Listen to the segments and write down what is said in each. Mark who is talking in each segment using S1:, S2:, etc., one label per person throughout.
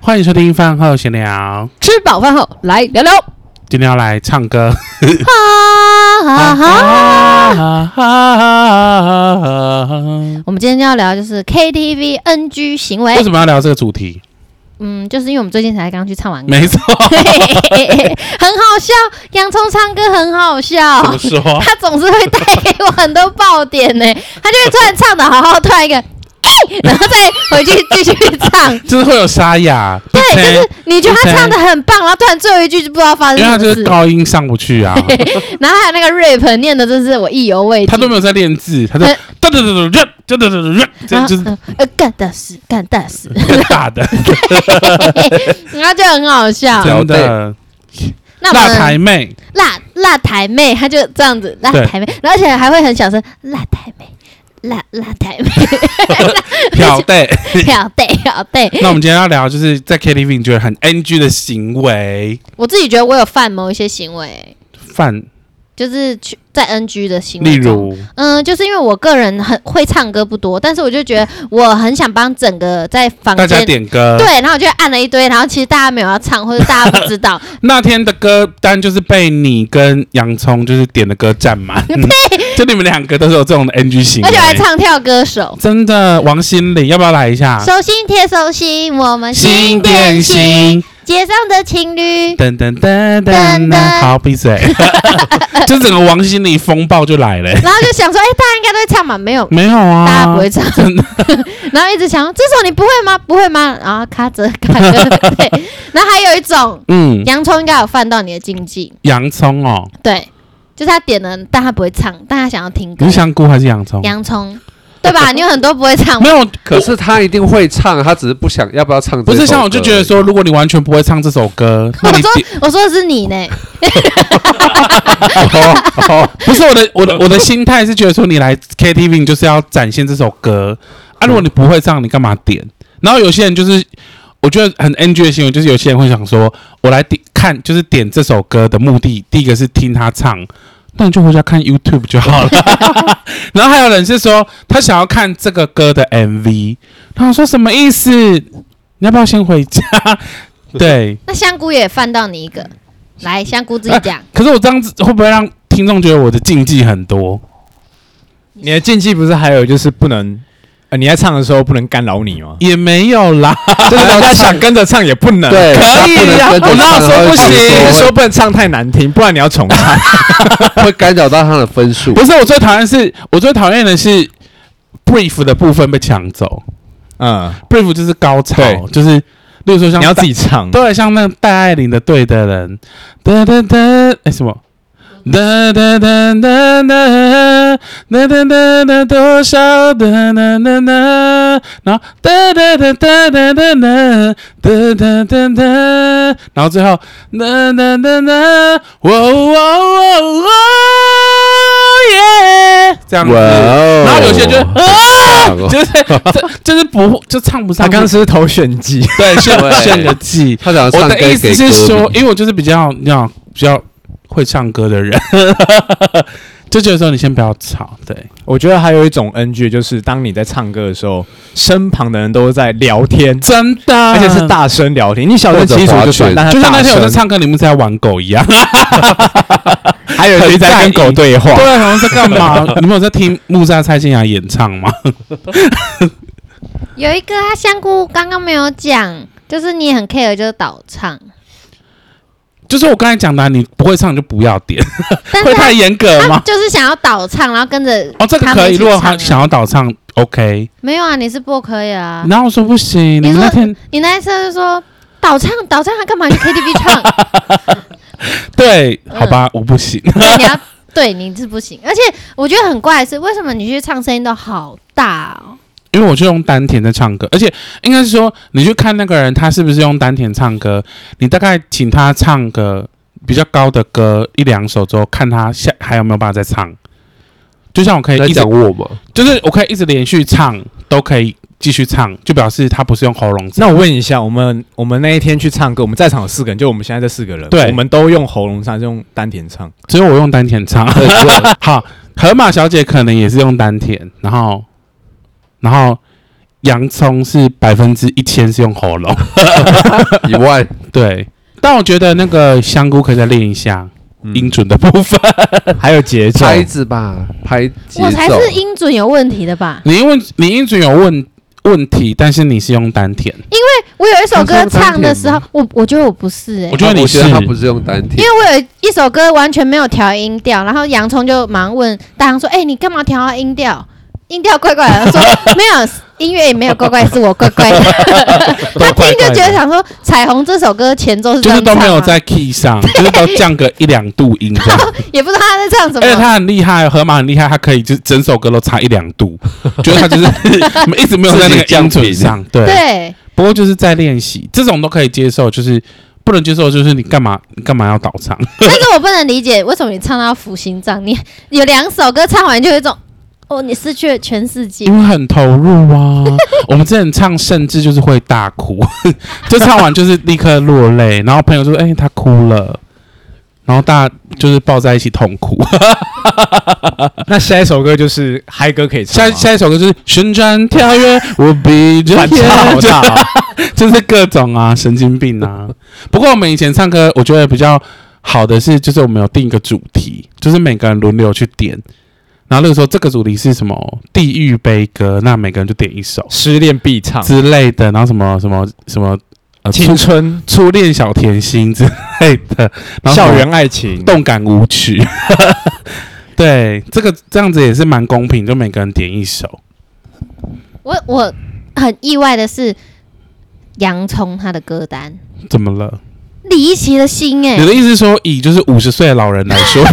S1: 欢迎收听饭后闲聊，
S2: 吃饱饭后来 聊聊。
S1: 今天要来唱歌。
S2: 哈啊哈
S1: 啊
S2: 哈！我们今天要聊的就是 KTV NG 行为
S1: 为。什么要聊这个主题？
S2: 嗯，就是因为我们最近才刚去唱完歌，
S1: 没错，
S2: 嘿嘿嘿嘿 很好笑。洋葱唱歌很好笑
S1: 怎，么说？
S2: 他总是会带给我很多爆点呢、他就会突然唱的好好，突然一个。 哎然后再回去继续 唱，
S1: 就是会有沙哑，对
S2: 对，就是你觉得他唱的很棒，然后突然最后一句就不知道发生
S1: 因为他
S2: 什
S1: 就
S2: 么
S1: 是
S2: 事，
S1: 高音上不 去啊，
S2: 然后还有那个 rap 念的真是我意犹未
S1: 他
S2: 尽
S1: 都。没有在练字，他就
S2: 对
S1: 哒哒哒哒哒哒哒哒哒，
S2: 然
S1: 这
S2: 后
S1: 就是
S2: 嗯呃干大事，干大 事，
S1: 大的，
S2: 然后就很好笑。
S1: 真的
S2: 那我
S1: 辣
S2: 们
S1: 台 妹，
S2: 辣辣台妹，她就这样子辣
S1: 对
S2: 台妹，然后而且还会很小声辣台妹，辣辣台 妹，
S1: 表 弟。
S2: 好对好对。
S1: 那我们今天要聊就是在 KTV 你觉得很 NG 的行为，
S2: 我自己觉得我有犯某一些行为，
S1: 犯
S2: 就是去在 NG 的行为，
S1: 例，如
S2: 嗯，就是因为我个人很会唱歌不多，但是我就觉得我很想帮整个在房
S1: 大家
S2: 间。
S1: 点歌，
S2: 对，然后我就按了一堆，然后其实大家没有要唱，或者大家不知道，
S1: 那天的歌单就是被你跟洋葱就是点的歌占满， 就你们两个都是有这种的 NG 行为，
S2: 而且我还唱跳歌手。
S1: 真的王心凌要不要来一下？
S2: 手心贴手心，我们
S1: 新
S2: 心
S1: 典
S2: 点心，
S1: 型，
S2: 街上的情侣。
S1: 噔噔噔噔噔，
S2: 噔噔
S1: 好闭 嘴，就整个王心凌风暴就来了、
S2: 然后就想说，哎、大家应该都会唱吧？没有，
S1: 没有
S2: 大家不
S1: 啊
S2: 会，唱。 然后一直想，这首你不会吗？不会吗？啊然后卡着卡着， 对。然后还有一种，
S1: 嗯，
S2: 洋葱应该有犯到你的禁忌，
S1: 洋葱哦，
S2: 对，就是他点了，但他不会唱，但他想要听歌
S1: 你。是香菇还是洋葱？
S2: 洋葱，对 吧？你有很多不会唱
S1: 没，有，
S3: 可是他一定会唱，他只是不想要不要唱这
S1: 不
S3: 首歌而已。
S1: 是像我就觉得说，如果你完全不会唱这首歌，那
S2: 我
S1: 你
S2: 说
S1: 点
S2: 我说的是你呢，
S3: 哦，
S1: 不是我的，我的我的心态是觉得说，你来 KTV 你就是要展现这首歌啊。如果你不会唱，你干嘛点？然后有些人就是，我觉得很 NG 的行为，就是有些人会想说，我来点看，就是点这首歌的目的，第一个是听他唱，那你就回家看 YouTube 就好了。 然后还有人是说，他想要看这个歌的 MV，他说什么意思？你要不要先回家？ 对，
S2: 那香菇也犯到你一个。来，香菇自己讲，
S1: 可是我这样子会不会让听众觉得我的禁忌很多？？
S4: 你的禁忌不是还有就是不能，呃，你在唱的时候不能干扰你吗
S1: 也没有啦。
S4: 就是
S1: 啊
S4: 人家想跟着唱也不能。
S3: 对，
S1: 可以啊呀
S3: 他不能跟着
S4: 我
S3: 唱然
S4: 那说
S3: 后
S4: 不
S3: 就
S4: 行，
S3: 是
S4: 说不能唱太难听，不然你要重唱。
S3: 会会干扰到他的分数。
S1: 不是我最讨厌是，我最讨厌的是 brief 的部分被抢走。
S4: 嗯，
S1: brief 就是高潮
S4: 对，
S1: 就是例如说像
S4: 你要自
S1: 己
S3: 嗯
S4: 己唱。
S1: 对，像那个戴爱玲的对的人，哒哒哒，哎什么？哒哒哒哒哒哒哒哒哒多少哒哒哒哒，然后哒哒哒哒哒哒哒哒哒哒哒，然后最后哒哒哒哒，哦哇哇哇哇耶，哦这样子。
S3: 哇哦
S1: 然后有些人就
S3: 好
S1: 啊，
S3: 棒哦
S1: 就是这就是不就唱不上
S4: 他
S1: 去，
S4: 刚刚是不是投选技？
S1: 对炫
S3: 对
S1: 炫个技，
S3: 他想要
S1: 我
S3: 唱歌
S1: 的意思
S3: 给
S1: 是
S3: 歌
S1: 说，
S3: 迷
S1: 因为我就是比较那种比较会唱歌的人，就觉得说你先不要吵，对，
S4: 我觉得还有一种 NG，就是当你在唱歌的时候，身旁的人都在聊天，
S1: 真的，
S4: 而且是。大声聊天。你小声清楚
S3: 或
S4: 就算，
S3: 者划拳
S4: 但他
S1: 就像那
S4: 大
S1: 天我在
S4: 声，
S1: 唱歌，你们在玩狗一样。
S4: 还有谁在跟狗对话？
S1: 对， 好像在干嘛？你们有在听木栅蔡健雅演唱吗？
S2: 有一个啊，香菇刚刚没有讲，就是你也很 care 就是倒唱，
S1: 就是我刚才讲的啊，你不会唱你就不要点，
S2: 但是
S1: 会
S2: 他
S1: 太严格
S2: 他
S1: 吗？
S2: 就是想要倒唱，然后跟着
S1: 哦，这个
S2: 他们
S1: 可以，
S2: 一起
S1: 如果
S2: 唱
S1: 他
S2: 啊
S1: 想要倒唱，OK。
S2: 没有啊，你是不可以啊。
S1: 然后我说不行，你
S2: 你
S1: 们
S2: 说
S1: 那天
S2: 你那一次就说倒唱倒唱，他干嘛去 KTV 唱？
S1: 对，
S2: 嗯
S1: 好吧，我不行。
S2: 对你要对你是不行，而且我觉得很怪的是，为什么你去唱声音都好大哦？
S1: 因为我就用丹田在唱歌，而且应该是说，你去看那个人他是不是用丹田唱歌，你大概请他唱个比较高的歌一两首之后，看他下还有没有办法再唱。就像我可以
S3: 在
S1: 一直
S3: 讲，我嘛，
S1: 就是我可以一直连续唱，都可以继续唱，就表示他不是用喉咙
S4: 那
S1: 唱。
S4: 我问一下，我们我们那一天去唱歌，我们在场有四个人，就我们现在这四个人，
S1: 对
S4: 我们都用喉咙唱，是用丹田唱。
S1: 只有我用丹田唱。
S3: 对只有
S1: 好，河马小姐可能也是用丹田，然后，然后洋葱是百分之一千是用喉咙，
S3: 以外，
S1: 对。但我觉得那个香菇可以再练一下
S4: 嗯
S1: 音准的部分。
S4: 还有节奏，
S3: 拍子吧，拍节
S2: 我才
S3: 奏。
S2: 是音准有问题的吧？
S1: 你因为你音准有问问题，但是你是用丹田，
S2: 我有一首歌
S3: 他是用丹
S2: 唱的时候
S3: 田，
S2: 我我觉得我不是哎、
S1: 我觉得你
S3: 我
S1: 是
S3: 觉得他不是用丹
S2: 因
S3: 田，
S2: 为我有一首歌完全没有调音调，然后洋葱就忙问大亨说：“哎、你干嘛调音调？音调怪怪 的。”我说：“没有，音乐也没有怪怪，是我怪怪的。”他
S1: 都怪
S2: 听就
S1: 怪
S2: 觉得
S1: 的，
S2: 想说，《彩虹》这首歌前奏是这
S1: 就是
S2: 样
S1: 都
S2: 唱
S1: 没有
S2: 吗
S1: 在 key 上，就是都降个一两度音这样。
S2: 也不知道他在唱什
S1: 而且
S2: 么。
S1: 哎他很厉害，河马很厉害，他可以就是整首歌都差一两度，觉得他就是一直没有在那
S3: 自己
S1: 个
S3: 降
S1: 音准
S3: 频
S1: 上。对，
S2: 对，
S1: 不过就是在练习，这种都可以接受，就是不能接受就是你干嘛你干嘛要倒唱？
S2: 但是我不能理解为什么你唱到《负心脏》，你 有两首歌唱完就有一种，哦，你失去了全世界。
S1: 因为很投入 啊。我们之前唱，甚至就是会大哭， 就唱完就是立刻落泪，然后朋友就说：“哎、他哭了。”然后大家就是抱在一起痛哭。
S4: 那下一首歌就是嗨歌可以唱
S1: 下
S4: 吗，
S1: 下一首歌就是旋转跳跃，我比着
S4: 反差好
S1: 天
S4: 大哦，
S1: 就是各种啊，神经病啊。不过我们以前唱歌，我觉得比较好的是，就是我们有定一个主题，就是每个人轮流去点。然后那个时候，这个主题是什么？地狱悲歌，那每个人就点一首
S4: 失恋必唱，
S1: 之类的。然后什么什么什么，呃，初
S4: 啊青春、
S1: 初恋小甜心之类的，然后什么
S4: 校园爱情，
S1: 动感舞曲。 对，这个这样子也是蛮公平，就每个人点一首。
S2: 我我很意外的是，洋葱他的歌单
S1: 怎么了？
S2: 离奇的心哎、
S1: 你的意思是说，以就是五十岁的老人来说，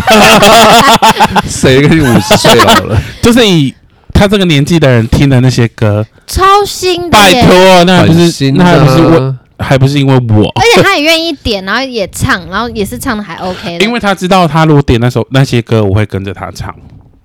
S3: 谁跟你五十岁老了？
S1: 就是以他这个年纪的人听的那些歌，
S2: 超新的
S1: 拜
S2: 耶！
S1: 托，那还不
S3: 很
S1: 是
S3: 新
S1: 那还不是我，
S3: 啊
S1: 还不是因为我，
S2: 而且他也愿意点，然后也唱，然后也是唱的还 OK 的。
S1: 因为他知道他如果点那首那些歌，我会跟着他唱。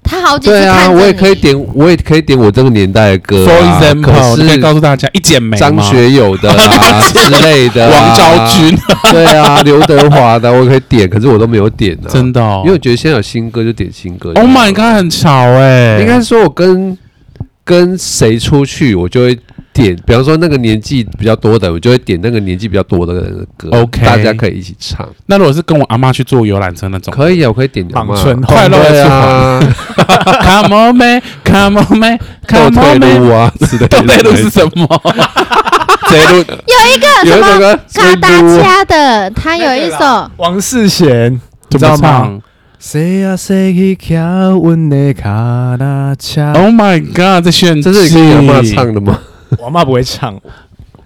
S2: 他好几次
S3: 对啊，
S2: 看着
S3: 我也
S2: 你
S3: 可以，点，我也可以点我这个年代的歌
S1: For
S3: 啊。
S1: example，你可以告
S3: 可
S1: 诉大家一剪梅
S3: 是
S1: 吗
S3: 张学友 的啊之类的啊，
S1: 王昭君，
S3: 对啊，刘德华的我也可以点，可是我都没有点啊，
S1: 真的哦
S3: 因为我觉得现在有新歌就点新歌。
S1: ，Oh my god，很吵哎，
S3: 应该是说我跟跟谁出去，我就会点，比方说那个年纪比较多的，我就会点那个年纪比较多的人的歌。
S1: OK
S3: 大家可以一起唱，
S1: 那如果是跟我阿妈去坐游览车 那种，
S3: 可以啊，我可以点
S4: 绑
S3: 嘛
S4: 春
S1: 快乐
S3: 对啊，
S1: Come on man，Come on man，Come
S3: 斗
S1: on
S3: 退
S1: man，
S3: 路啊，是的，
S1: 斗 退路是什么？
S3: 谁路？
S2: 有一个什
S3: 有一首
S2: 么
S3: 歌
S2: 嘎达
S3: 路
S2: 加的，他有一首
S4: 王世贤，
S1: 怎么唱？
S4: 谁呀谁去骑阮的卡拉车？
S1: ？Oh my god，这炫
S3: 这是你跟你阿妈唱的吗？
S4: 我妈不会唱，哦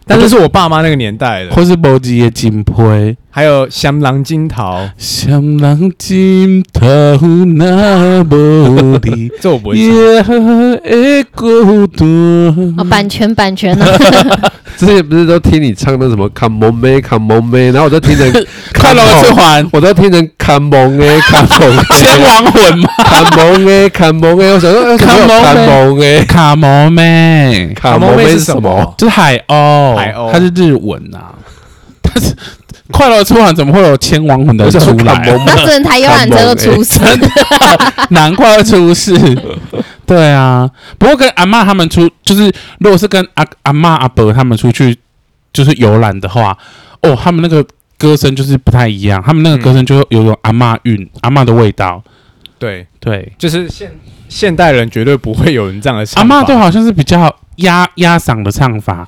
S4: 但是是我爸妈那个年代的，
S1: 或是无字的金杯，
S4: 还有《香囊金桃》，
S1: 双人枕头若无你，
S4: 这我不会唱。
S1: 也会孤单。
S2: 哦，版权版权 呢、
S3: 之前不是都听你唱那什么 Come on man, Come on man，然后我都听成
S1: 快乐的
S3: Come
S1: 是
S3: on，
S1: 环，
S3: 我都听成 Come on man, Come on
S1: 先
S3: man。
S1: 亡魂吗
S3: Come on 哎，Come on 哎，我想说呃
S1: Come on
S3: 什么有 Come on 哎
S1: 卡摩妹，
S3: ，Come
S4: on
S3: on
S4: man 是
S3: 是
S4: 什
S3: 什
S4: 么
S3: 么？
S1: 就是海鸥，
S4: 海鸥
S1: 它是日文呐、啊。但是快乐的是环怎么会有千亡魂的人出来？啊
S2: 那整台游览车都出事。
S1: 难怪会出事。对啊，不过跟阿嬷他们出，就是如果是跟阿阿嬷阿伯他们出去，就是游览的话，哦，他们那个歌声就是不太一样，他们那个歌声就有种阿嬷韵、阿嬷的味道。
S4: 对，
S1: 对，
S4: 就是现现代人绝对不会有人这样的
S1: 阿
S4: 唱法。
S1: 啊嬷都好像是比较压压嗓的唱法，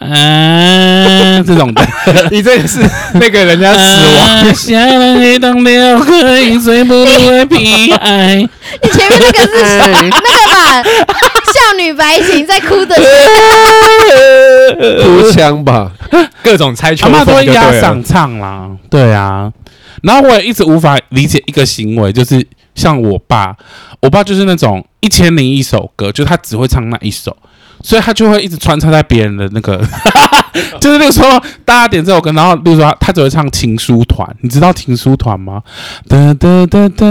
S1: 嗯、 这种的。
S4: 你这个是那个人家死 亡，
S1: 啊下了黑洞流河，饮水不为悲 哀。
S2: 你前面那个 是
S3: 哎
S2: 那个吧？少女白情在哭的时候，
S3: 哭腔吧，
S4: 各种猜秋
S1: 阿妈
S4: 风
S1: 都会
S4: 就
S1: 压
S4: 对了
S1: 嗓唱啦，对啊。然后我也一直无法理解一个行为，就是像我爸，我爸就是那种一千零一首歌，就是他只会唱那一首，所以他就会一直穿插在别人的那个， 就是例如说大家点这首歌，然后例如说他他只会唱《情书团》，你知道《情书团》吗？哒哒哒哒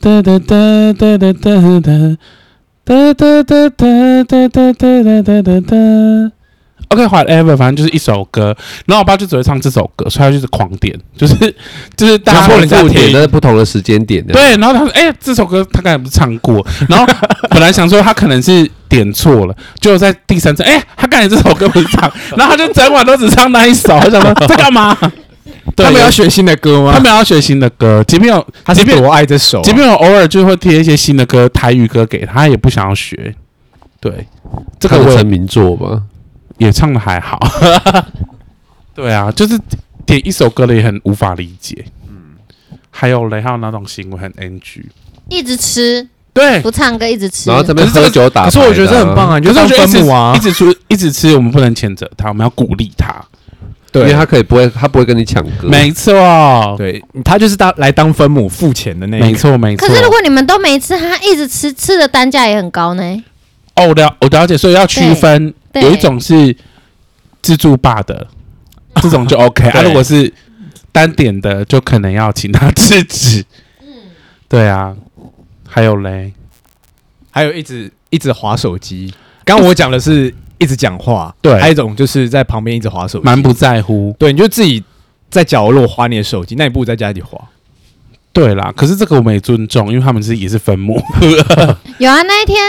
S1: 哒哒哒哒哒哒哒哒哒哒哒哒哒哒哒哒哒。 OK，whatever，反正就是一首歌。然后我爸就只会唱这首歌，所以他就是狂点， 就是就是大家
S3: 强迫
S1: 都
S3: 人家
S1: 在
S3: 点
S1: 听
S3: 在不同的时间点的。
S1: 对，然后他说：“哎、这首歌他刚才不是唱过？”然后本来想说他可能是点错了，结果在第三次，哎、他刚才这首歌不是唱， 然后他就整晚都只唱那一首，我 想说在干嘛？对
S4: 他们要
S1: 有
S4: 学新的歌吗？
S1: 他们要学新的歌，即便有
S4: 他
S1: 即
S4: 是
S1: 便
S4: 多爱这首啊、
S1: 即便我偶尔就会贴一些新的歌，台语歌给他，他也不想要学。对，这个
S3: 唱
S1: 我
S3: 成名作吧。
S1: 也唱的还好。 对啊，就是点一首歌的也很无法理解。嗯，还有嘞，还有哪种行为很 NG？
S2: 一直吃
S1: 对，
S2: 不唱歌，一直吃
S3: 然，后这边
S1: 可是这个
S3: 喝酒打、
S4: 可是我觉得这很棒，啊，你
S1: 可
S4: 就是
S1: 我
S4: 当
S1: 觉得一
S4: 分
S1: 直
S4: 母啊
S1: 一，直出一直吃，我们不能谴责他，我们要鼓励他。
S3: 因为
S4: 对哦
S3: 他可以不会，他不会跟你抢歌。
S1: 没错，
S4: 对，他就是当来当分母付钱的那一
S1: 没
S4: 个。
S1: 错，没错。
S2: 可是如果你们都没吃，他一直吃，吃的单价也很高呢。
S1: 哦，我了我了解，所以要区分，
S2: 对
S1: 有
S2: 对
S1: 一种是自助霸 的，这种就 OK 啊。
S4: 对
S1: 如果是单点的，就可能要请他制止。
S2: 嗯
S1: 对啊，还有嘞，
S4: 还有一直一直划手机，刚刚我讲的是一直讲话，
S1: 对
S4: 还有一种就是在旁边一直划手机，
S1: 蛮不在乎。
S4: 对，你就自己在角落划你的手机，那你不如在家里划。
S1: 对啦，可是这个我们也尊重，因为他们是也是分母。
S2: 有啊，那一天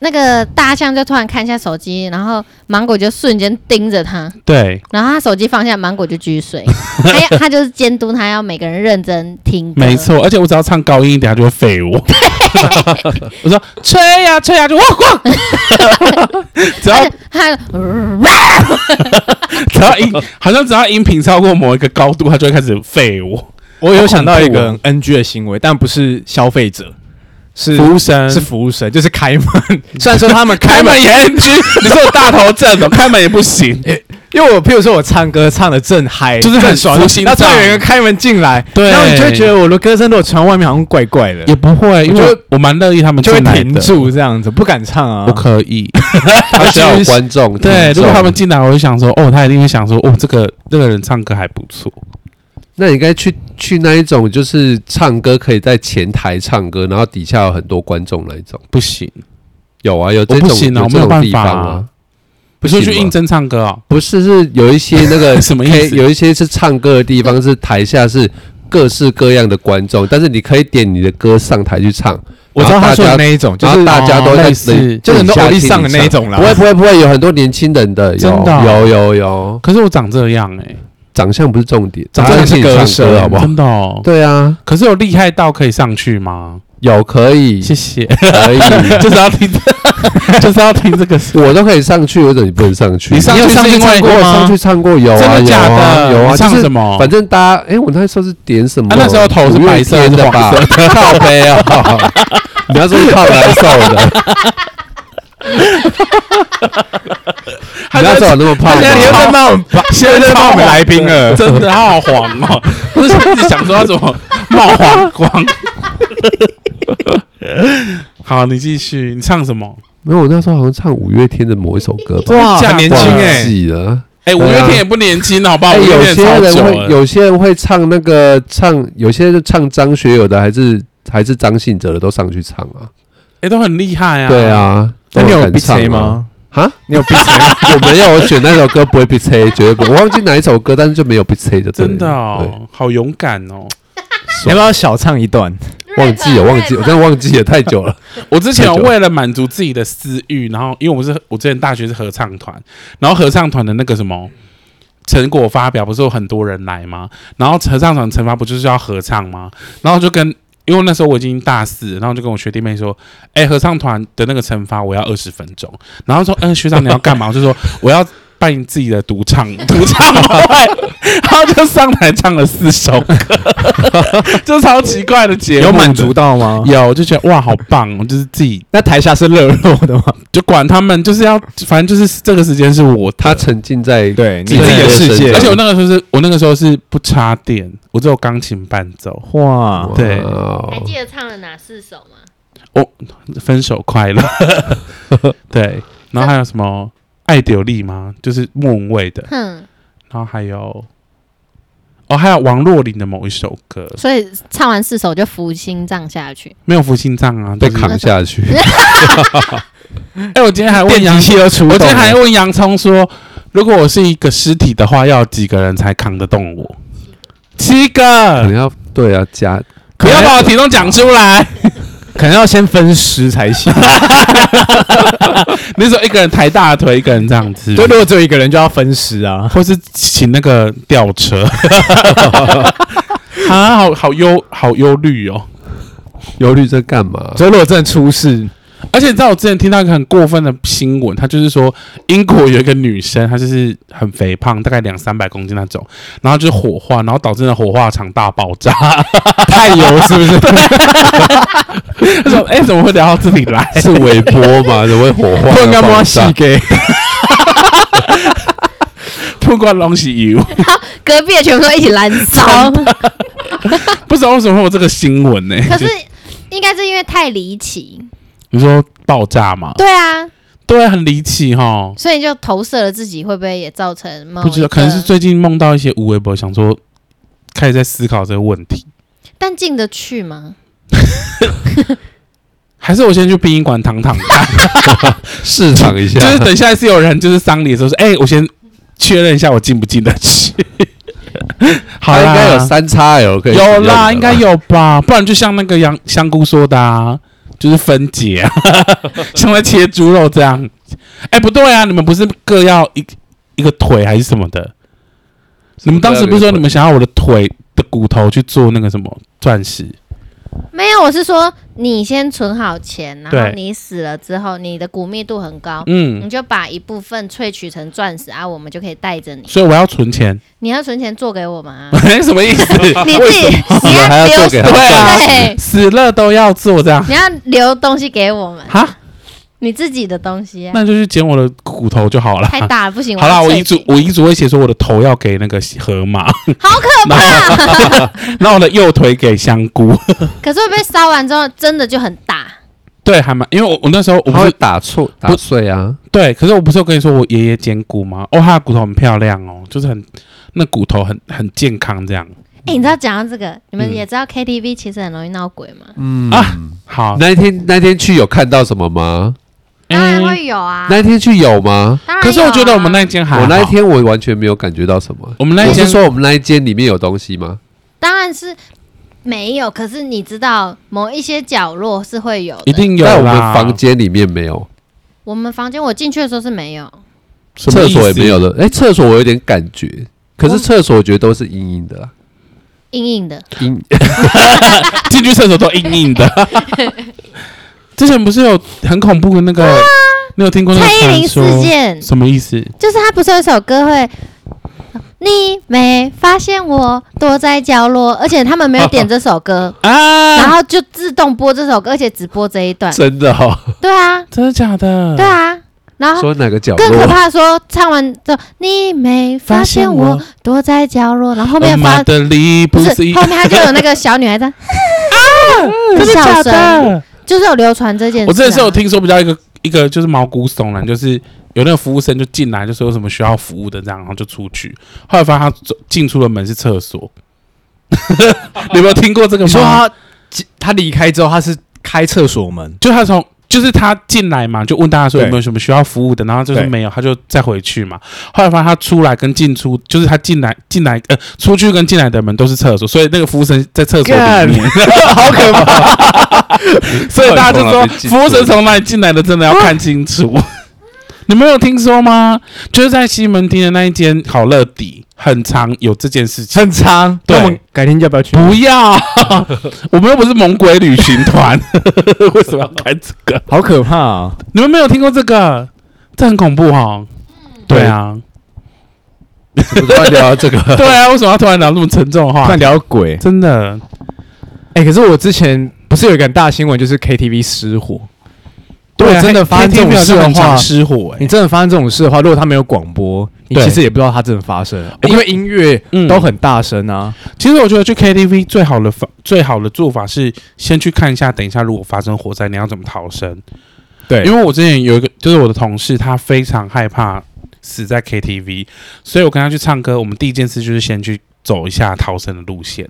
S2: 那个大象就突然看一下手机，然后芒果就瞬间盯着他，
S1: 对，
S2: 然后他手机放下，芒果就继续 睡。他要他就是监督他要每个人认真听歌，
S1: 没。错，而且我只要唱高音一点，他就会废我。 我说吹呀、吹呀、就汪汪。 只要
S2: 他
S1: 只要音，好像只要音频超过某一个高度，他就会开始废我。
S4: 我有想到一
S1: 好
S4: 个
S1: 恐
S4: 很 NG 的行为，但不是消费者，是
S1: 服务生
S4: 是服务生，就是开门。 虽然说他们
S1: 开
S4: 开门
S1: 门，也 NG，你说我大头症哦，开门也不行。
S4: 因为我譬如说我唱歌唱的正嗨，
S1: 就是很
S4: 正爽
S1: 服心，
S4: 那突然
S1: 脏
S4: 有人开门进来，
S1: 对
S4: 然后你就会觉得我的歌声如果传外面好像怪怪的，
S1: 也不会，因
S4: 我觉
S1: 为
S4: 得
S1: 我蛮乐意他们
S4: 就会
S1: 进来
S4: 停
S1: 的，
S4: 住这样子，不敢唱啊
S1: 我。可以。
S3: 他需要有观众。
S1: 对，
S3: 听
S1: 如
S3: 众
S1: 果他们，进来，我就想说，哦，他一定会想说，哦，这个这个人唱歌还不错。
S3: 那你应该去去那一种，就是唱歌可以在前台唱歌，然后底下有很多观众那一种。
S1: 不行，
S3: 有啊，有这
S1: 我不
S3: 种
S1: 行啊
S3: 有
S1: 我没
S3: 这
S1: 有
S3: 种地
S1: 办
S3: 方
S1: 法啊
S3: 啊。
S1: 不是
S3: 行
S1: 去
S3: 吗
S1: 应征唱歌哦。
S3: 不是，是有一些那个
S1: 什么意
S3: 可以
S1: 思
S3: 有一些是唱歌的地方，是台下是各式各样的观众，但是你可以点你的歌上台去唱，
S4: 我知道他说的那一种，就
S3: 然后
S4: 是
S3: 大家都
S1: 哦
S3: 在
S1: 类似
S3: 等
S4: 就是很多
S3: 等下
S4: 偶力
S3: 听你
S4: 上的那一
S3: 唱
S4: 种啦
S3: 不。会不会不会，有很多年轻人的，有
S1: 真的哦
S3: 有有有，
S1: 可是我长这样哎，
S3: 长相不是重点，
S4: 长相是
S3: 请你
S4: 歌
S3: 唱
S4: 声
S3: 歌好不好？
S1: 真的哦。
S3: 对啊，
S1: 可是有厉害到可以上去吗？
S3: 有可以
S1: 谢谢，
S3: 可以，
S1: 嗯 就是要听，就是要听这 个事。
S3: 我都可以上去，为什么啊你不能上去？
S1: 你上
S4: 你有
S1: 去
S4: 上
S1: 是
S4: 去
S1: 另外一
S4: 唱过
S1: 个
S3: 我
S1: 吗
S3: 上去唱过，有
S1: 真
S3: 啊
S1: 的
S3: 有
S1: 假
S3: 啊
S1: 的？
S3: 有啊，
S1: 你唱
S3: 就是
S1: 什么？
S3: 反正大家，哎，我那时候是点什么？
S1: 啊那时候头是白色
S3: 五月天的吧
S1: 还是？
S3: 靠背啊！ 你要说是靠难受的，
S1: 他
S3: 你
S1: 在
S3: 那时候有那么胖
S1: 他在
S3: 吗？
S4: 在骂我们，现在在骂我们来宾 了。
S1: 真的他好黄哦！ 我是一直想说他怎么冒黄 光。好，你继续，你唱什么？
S3: 没有，我那时候好像唱五月天的某一首歌吧，
S4: 哇，
S1: 假的
S4: 很年轻
S3: 忘
S4: 哎、
S3: 记了。
S1: 哎、五月天也不年轻，好不好？
S3: 哎，
S1: 五
S3: 有
S1: 月天
S3: 些
S1: 超
S3: 人
S1: 久
S3: 会，
S1: 了。
S3: 有些人会唱那个唱，有些人唱张学友的，还是还是张信哲的，都上去唱啊。
S1: 哎、都很厉害啊。
S3: 对，啊，
S4: 那你
S3: 都
S4: 有
S3: 敢
S4: B
S3: 唱啊
S4: C？吗？
S3: 啊，
S4: 你有 B C 吗？
S3: 我没有，我选那首歌不会 B C，绝对不会。我忘记哪一首歌，但是就没有 B C 的。
S1: 真的哦，好勇敢哦！
S4: 你要不要小唱一段？
S3: 对，忘记了，忘记了，我真的忘记了，太久了。
S1: 我之前有
S3: 太久了
S1: 为了满足自己的私欲，然后因为我是我之前大学是合唱团，然后合唱团的那个什么成果发表不是有很多人来吗？然后合唱团惩罚不就是要合唱吗？然后就跟因为那时候我已经大四，然后就跟我学弟妹说，哎、合唱团的那个惩罚我要二十分钟，然后说，嗯、学长你要干嘛？我就说我要。办自己的独唱 独唱会，然后就上台唱了四首歌， 就超奇怪的节目的。
S4: 有满足到吗？
S1: 有，就觉得哇，好棒！ 我就是自己
S4: 那台下是热络的吗？
S1: 就管他们，就是要，反正就是这个时间是我的
S3: 他沉浸在
S4: 对，
S3: 自
S4: 你自己的世界，
S1: 而
S3: 而
S1: 且我那个时候是我那个时候是不插电，我只有钢琴伴奏。
S4: 哇，
S1: 对
S3: 哇
S2: 还记得唱了哪四首吗？
S1: 分手快 乐，对，然后还有什么爱丢力吗？就是莫文蔚的，
S2: 哼，
S1: 然后还有哦，还有王若琳的某一首歌，
S2: 所以唱完四首就福星胀下去。
S1: 没有福星藏啊，
S3: 被
S1: 对，
S3: 扛下去，
S1: 哎、我今天还问
S4: 电
S1: 杨
S4: 极器都出动
S1: 我
S4: 了，
S1: 今天还问洋葱说，如果我是一个尸体的话，要几个人才扛得动我？七
S3: 可能
S1: 个，
S3: 要对啊加，
S1: 不要把我体重讲出来。
S4: 可能要先分尸才行。
S1: 那时候一个人抬大腿，一个人这样子，
S4: 对，如果只有一个 人就要分尸啊。
S1: 或是请那个吊车。 啊，好好忧，好忧虑哦！
S3: 忧虑在干 嘛？
S4: 所以如果真的出事，
S1: 而且你知道，我之前听到一个很过分的新闻，她就是说英国有一个女生，她就是很肥胖，大概两三百公斤那种，然后就是火化，然后导致了火化场大爆炸。
S4: 太油是不是？
S1: 她说：“哎、怎么会聊到这里来？
S3: 是微波嘛？怎么会火化？
S4: 不然干嘛洗给？
S1: 不关东西油。”
S2: 隔壁的全部都一起燃烧。
S1: 不知道为什么会有这个新闻呢、
S2: 可是
S1: 就
S2: 应该是因为太离奇，
S1: 你说爆炸嘛，
S2: 对哦啊，
S1: 对啊，很离奇哈。
S2: 所以就投射了自己，会不会也造成某
S1: 不知道，
S2: 一个
S1: 可能是最近梦到一些无微博，想说开始在思考这个问题，
S2: 但进得去吗？
S1: 还是我先去殡仪馆躺躺看，
S3: 市场一下
S1: 就？是 等下一次有人就是丧礼的时候说，哎、我先确认一下我进不进得去。 好
S3: 它
S1: 啦，
S3: 应该有三叉 L 可以
S1: 有
S3: 使用的
S1: 啦，应该。有吧，不然就像那个杨香菇说的啊，就是分解、啊， 像在切猪肉这样。哎、不对啊，你们不是各要一一个腿还是什么的？你们当时不是说你们想要我的腿的骨头去做那个什么钻石？
S2: 没有，我是说你先存好钱，然后
S1: 对
S2: 你死了之后，你的骨密度很高，你
S1: 嗯，
S2: 就把一部分萃取成钻石啊，我们就可以带着你。
S1: 所以我要存钱，
S2: 你要存钱做给我们啊，
S1: 什么意思？
S2: 你自己 你
S3: 死了还要
S2: 留
S3: 做给他
S1: 对啊
S2: 对，
S1: 死了都要做这样
S2: 你要留东西给我们，
S1: 哈？
S2: 你自己的东西 啊、
S1: 那就去捡我的骨头就好了。
S2: 太大了，不行。
S1: 好啦，
S2: 要
S1: 我
S2: 萃
S1: 遗嘱
S2: 取
S1: 我遗嘱会写说我的头要给那个河马，
S2: 好可怕，
S1: 然后我的右腿给香菇。
S2: 可是会被烧完之后真的就很大，
S1: 对，还蛮，因为我我那时候我
S3: 它
S1: 不
S3: 会
S1: 是
S3: 打错打碎啊，
S1: 对，可是我不是有跟你说我爷爷捡骨吗？哦，他的骨头很漂亮哦，就是很那骨头很很健康这样。
S2: 哎、你知道讲到这个，你们
S1: 嗯
S2: 也知道 KTV 其实很容易闹鬼吗？
S3: 嗯
S1: 啊好，
S3: 那一天那天去有看到什么吗？
S2: 当然
S1: 嗯
S2: 会有啊，
S3: 那一天去有吗？
S2: 当然、啊
S1: 可是我觉得我们那一，间还好
S3: 我那一天我完全没有感觉到什么。
S1: 我们那一
S3: 哎我
S1: 间
S3: 是说我们那一间里面有东西吗？
S2: 当然是没有。可是你知道某一些角落是会有的，
S1: 一定有啦
S3: 在我们房间里面没有，
S2: 我们房间我进去的时候是没有，
S1: 什么
S3: 厕
S1: 意思哦
S3: 所也 没有的。哎，厕所我有点感觉，可是厕所我觉得都是阴阴的啦，
S2: 硬硬的。
S3: 阴
S1: 进去厕所都硬硬 的。之前不是有很恐怖的那个，你有听过那个
S2: 啊蔡依林
S1: 传
S2: 事
S1: 说？
S2: 件
S1: 什么意思？
S2: 就是他不是有一首歌会。你没发现我躲在角落，而且他们没有点这首歌，然
S1: 啊？
S2: 后就自动播这首歌，而且只播这一段。
S3: 真的哦。
S2: 对啊，
S1: 真的假的？
S2: 对，啊。然后
S3: 说哪个角
S2: 更可
S3: 落？
S2: 怕的说，唱完之后你没发现我躲在角落，然后后
S1: 我
S2: 面发
S1: 妈的离
S2: 不
S1: 不
S2: 是啊
S1: 是一
S2: 后面他就有那个小女 孩在，
S1: 啊
S2: 嗯
S1: 真的假
S2: 笑声
S1: 的？
S2: 就是有流传这件事、啊。
S1: 我之前是有听说比较一个一个就是毛骨悚然，就是有那个服务生就进来就说有什么需要服务的这样，然后就出去，后来发现他走进出的门是厕所。 你有没有听过这个
S4: 你说
S1: 吗？
S4: 他他离开之后，他是开厕所门，
S1: 就他从就是他进来嘛，就问大家说
S4: 对
S1: 有没有什么需要服务的，然后就是
S4: 对
S1: 没有，他就再回去嘛。后来发现他出来跟进出，就是他进来进来呃出去跟进来的门都是厕所，所以那个服务生在厕所里面，
S4: 好可怕！
S1: 所以大家就说
S3: 被记住
S1: 服务生从哪里进来的，真的要看清 楚。你们有听说吗？就是在西门町的那一间好乐迪，很常有这件事情。
S4: 很长，
S1: 对
S4: 那我们改天要不要去？
S1: 不要， 我们又不是猛鬼旅行团， 为什么要看这个？
S4: 好可怕啊！
S1: 你们没有听过这个？这很恐怖哈、哦。对啊，
S3: 我突然聊到这个，
S1: 对啊，为什么要突然聊那么沉重的
S4: 突
S1: 话
S4: 然？聊到鬼，
S1: 真的，
S4: 哎、可是我之前不是有一个很大新闻，就是 KTV 失火。如
S1: 啊
S4: 果真的发生这
S1: KTV
S4: 种
S1: 好
S4: 事
S1: 像
S4: 的
S1: 很常
S4: 话，
S1: 失火哎、
S4: 你真的发生这种事的话，如果他没有广播，你
S1: 对
S4: 其实也不知道它真的发生了，
S1: 因
S4: 因为音乐
S1: 嗯
S4: 都很大声啊。
S1: 其实我觉得去 KTV 最好的方最好的做法是先去看一下，等一下如果发生火灾，你要怎么逃生？
S4: 对
S1: 因为我之前有一个，就是我的同事，他非常害怕死在 KTV，所以我跟他去唱歌，我们第一件事就是先去走一下逃生的路线。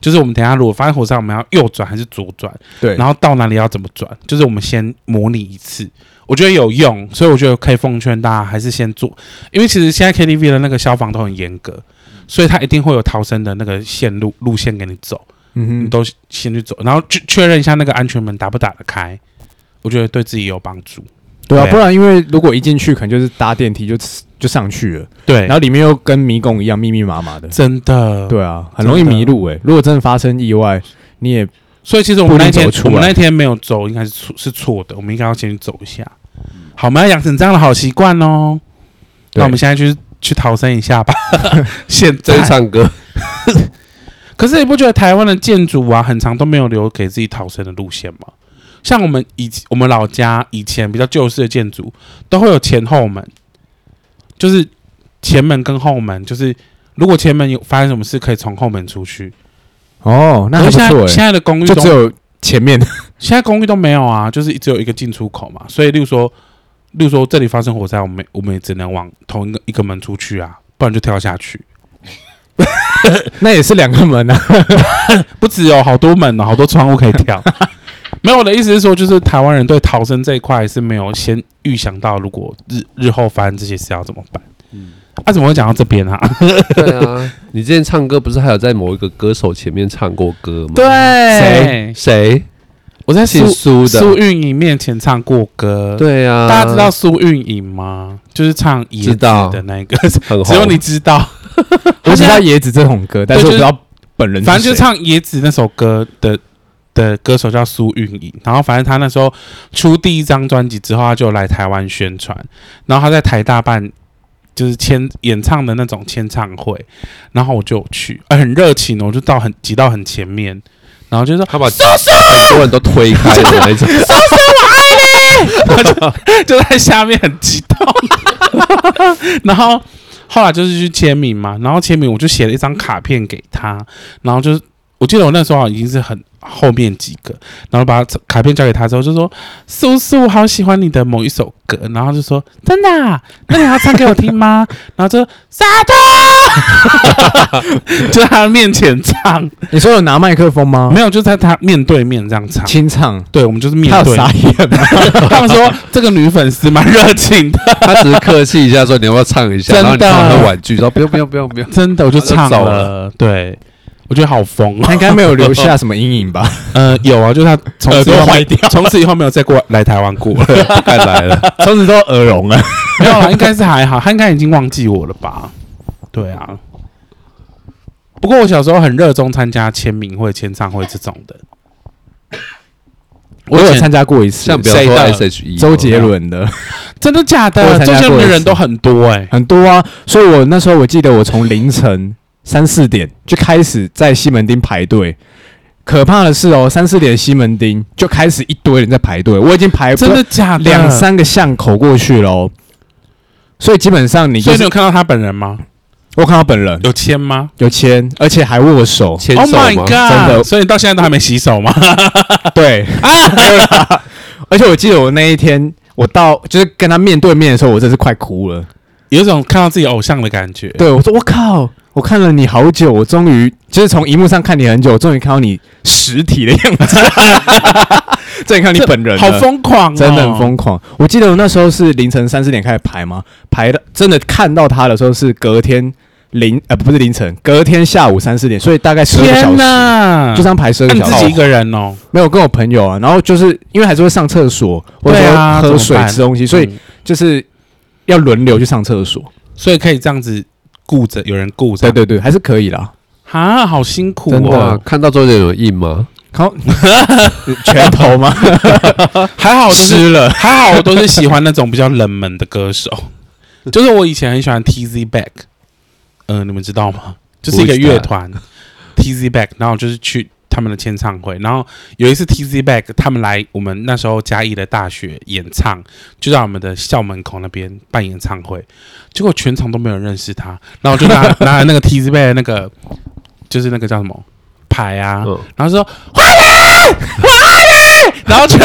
S1: 就是我们等一下如果发现火车我们要右转还是左转，
S4: 对
S1: 然后到哪里要怎么转，就是我们先模拟一次，我觉得有用，所以我觉得可以奉劝大家还是先做，因为其实现在 KTV 的那个消防都很严格，所以他一定会有逃生的那个线路路线给你走，你
S4: 嗯哼，
S1: 都先去走，然后确确认一下那个安全门打不打得开，我觉得对自己有帮助。
S4: 对啊，
S1: 对啊
S4: 不然因为如果一进去可能就是搭电梯就就上去了，
S1: 对，
S4: 然后里面又跟迷宫一样密密麻麻的，
S1: 真的，
S4: 对啊，很容易迷路哎、如果真的发生意外，你也
S1: 所以其实我们
S4: 不
S1: 那
S4: 一定
S1: 天
S4: 走啊出
S1: 我
S4: 来
S1: 们那天没有走，应该是错是错的，我们应该要先去走一下。好，我们要养成这样的好习惯哦。
S4: 对
S1: 那我们现在去去逃生一 下吧。现
S3: 真
S1: 在，
S3: 唱歌，
S1: 可是你不觉得台湾的建筑啊，很长都没有留给自己逃生的路线吗？像我们以我们老家以前比较旧式的建筑，都会有前后门，就是前门跟后门，就是如果前门有发生什么事，可以从后门出去。
S4: 哦，那
S1: 可
S4: 还不
S1: 是现在
S4: 错
S1: 现
S4: 哎、
S1: 在的公寓
S4: 就
S1: 都
S4: 只有前 面
S1: 现在公寓都没有啊，就是只有一个进出口嘛。所以，例如说，例如说这里发生火灾，我们我们也只能往同一个一个门出去啊，不然就跳下去。
S4: 那也是两个门啊，
S1: 不只有好多门哦，好多窗户可以 跳。没有，我的意思是说，就是台湾人对逃生这一块是没有先预想到，如果日日后发生这些事要怎么办。
S3: 嗯
S1: 啊，怎么会讲到这边啊？
S3: 对啊，你之前唱歌不是还有在某一个歌手前面唱过歌吗？，哎
S1: 对，
S3: 谁？
S1: 我在
S3: 姓
S1: 苏
S3: 苏
S1: 苏
S3: 的，
S1: 运莹面前唱过歌。，
S3: 对啊，
S1: 大家知道苏运莹吗？就是唱椰
S3: 知
S1: 子
S3: 道
S1: 的那个，
S3: 很 红，
S1: 只有你知道。
S4: 我只知道椰子这种歌，但是我
S1: 对就
S4: 不知
S1: 是
S4: 道本人是谁，
S1: 反正就唱《野子》那首歌的的歌手叫苏运莹，然后反正他那时候出第一张专辑之后，他就来台湾宣传，然后他在台大办就是签演唱的那种签唱会，然后我就有去，呃、很热情哦，我就到很挤到很前面，然后就说
S3: 他把很多人都推开的那一种，
S1: 就在下面很激动，然后后来就是去签名嘛，然后签名我就写了一张卡片给他，然后就是我记得我那时候好像已经是很后面几个，然后把卡片交给他之后就说叔叔好喜欢你的某一首歌，然后就说真的啊、那你要唱给我听吗？然后就沙特， 就在他面前唱，
S4: 你说有拿麦克风吗？
S1: 没有就在他面对面这样唱，
S4: 清唱，
S1: 对我们就是面
S4: 他有
S1: 对面
S4: 傻 眼吗？
S1: 他们说这个女粉丝蛮热情的。
S3: 他只是客气一下说你要不要唱一下，
S1: 真
S3: 然
S1: 的
S3: 后你唱他婉拒，说不用不用不用不 用，
S1: 真的，我就唱
S3: 他就走
S1: 了。对，我觉得好疯
S4: 他
S1: 哦。
S4: 应该没有留下什么阴影吧？
S1: 呃，有啊，就是他从
S4: 耳
S1: 此以
S4: 朵
S1: 后
S4: 坏
S1: 没，从此以后没有再过来台湾过了。
S3: 太来了，
S4: 从此都 耳聋了。
S1: 没有啦，应该是还好，他应该已经忘记我了吧？对啊。不过我小时候很热衷参加签名会、签唱会这种的。
S4: 我有
S1: 以前
S4: 参加过一次，
S3: 像比方
S4: 谁
S3: 说
S4: 的
S3: S H E，，
S4: 周杰伦的
S1: 真的假
S4: 我
S1: 的？
S4: 有参
S1: 周
S4: 加
S1: 杰伦
S4: 过
S1: 的
S4: 一
S1: 人
S4: 次
S1: 都很多哎、
S4: 很多啊，所以我那时候我记得我从凌晨三四点就开始在西门町排队。可怕的是哦，三四点西门町就开始一堆人在排队，我已经排不
S1: 真的假的？
S4: 两，三个巷口过去了哦。所以基本上你
S1: 所以
S4: 就
S1: 你
S4: 是
S1: 有看到他本人吗？
S4: 我看到本人
S1: 有签吗
S4: 有签，而且还握手
S3: 牵
S1: ？Oh
S3: 手
S1: my
S3: 吗？
S4: 真
S1: god！
S4: 的
S1: 所以你到现在都还没洗手吗？
S4: 对啊，而且我记得我那一天我到就是跟他面对面的时候，我真是快哭了。
S1: 有一种看到自己偶像的感觉。
S4: 对，我说我靠，我看了你好久，我终于就是从荧幕上看你很久，我终于看到你实体的样 子，终于看到你本人了，
S1: 好疯狂、哦，
S4: 真的很疯狂。我记得我那时候是凌晨三四点开始排嘛，排的真的看到他的时候是隔天凌呃不是凌晨，隔天下午三四点，所以大概十二个小
S1: 天
S4: 时。
S1: 呐，
S4: 就这样排十二
S1: 那你
S4: 个小
S1: 自
S4: 时
S1: 己一，个人哦，
S4: 没有跟我朋友啊，然后就是因为还是会上厕所，或者
S1: 对啊
S4: 说喝
S1: 怎
S4: 水
S1: 么、办
S4: 吃东西，所以
S1: 嗯
S4: 就是要轮流去上厕所。
S1: 所以可以这样子顾着，有人顾着，
S4: 对对对，还是可以啦。
S1: 啊，好辛苦
S4: 真
S3: 哇，
S1: 哦
S4: 的，
S3: 看到周杰伦有印吗？
S4: 靠， 拳头吗？
S1: 还好我都是
S4: 了。
S1: 还好我都是喜欢那种比较冷门的歌手，就是我以前很喜欢 TZ Back，呃，你们知道吗？就是一个乐团 TZ Back，然后就是去他们的签唱会，然后有一次 TZ Back 他们来我们那时候嘉义的大学演唱，就在我们的校门口那边办演唱会，结果全场都没有人认识他，然后我就拿 拿了那个 TZ Back 的那个就是那个叫什么牌啊，
S3: 嗯，
S1: 然后说坏人，坏人，然后全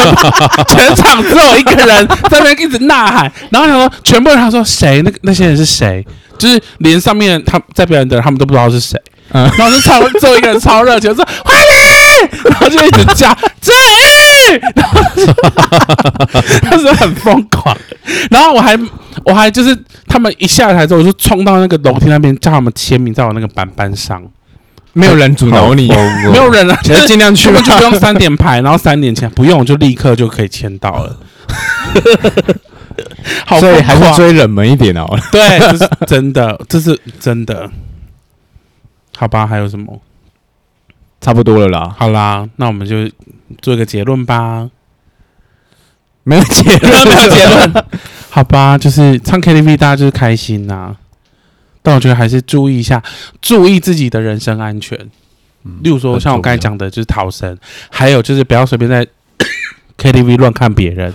S1: 全场只有一个人在那边一直呐喊， 然后他说全部人他说谁那个那些人是谁，就是连上面他在表演的人他们都不知道是谁，
S4: 嗯
S1: 然后就超最后一个人超热情，说欢迎，然后就一直叫志毅，然后就 他是很疯狂，然后我还我还就是他们一下台之后，我就冲到那个楼梯那边叫他们签名在我那个板板上，
S4: 没有人阻挠你，
S1: 没有 人啊，
S4: 你
S1: 就
S4: 嗯就是尽量去
S1: 去
S4: 吧
S1: 了。就不用三点排，然后三点前不用就立刻就可以签到 了。好
S4: 所以
S1: 疯
S4: 还是
S1: 狂
S4: 追冷门一点哦好了。
S1: 对，这是真的，这是真的。好吧，还有什么？
S4: 差不多了啦，
S1: 好啦，那我们就做一个结论吧。
S4: 没有结
S1: 没有
S4: 论，
S1: 没有结论。好吧，就是唱 KTV 大家就是开心呐、但我觉得还是注意一下，注意自己的人身安全。例如说，像我刚才讲的，就是逃生，还有就是不要随便在 KTV 乱看别人，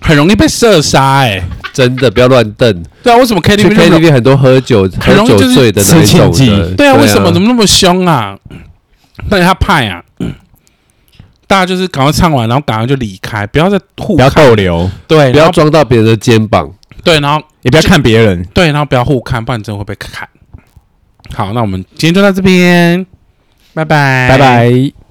S1: 很容易被射杀哎、
S3: 真的不要乱瞪。
S1: 对啊，为什么
S3: 去
S1: KTV 那么
S3: KTV 很多喝酒
S1: 很
S3: 喝
S1: 容易
S3: 酒
S1: 就是
S3: 醉的那一
S4: 吃
S3: 种
S4: 庆忌
S3: 的，
S1: 对啊，为什么怎么那么凶啊？到底他派啊？大家就是赶快唱完，然后赶快就离开，不要再互
S4: 不要
S1: 看
S4: 逗留，
S1: 对，然
S3: 不要
S1: 后
S3: 撞到别人的肩膀。
S1: 对，然后
S4: 也不要看别人。
S1: 对，然后不要互看，不然真的会被砍。好，那我们今天就到这边，拜拜，
S4: 哎拜。拜。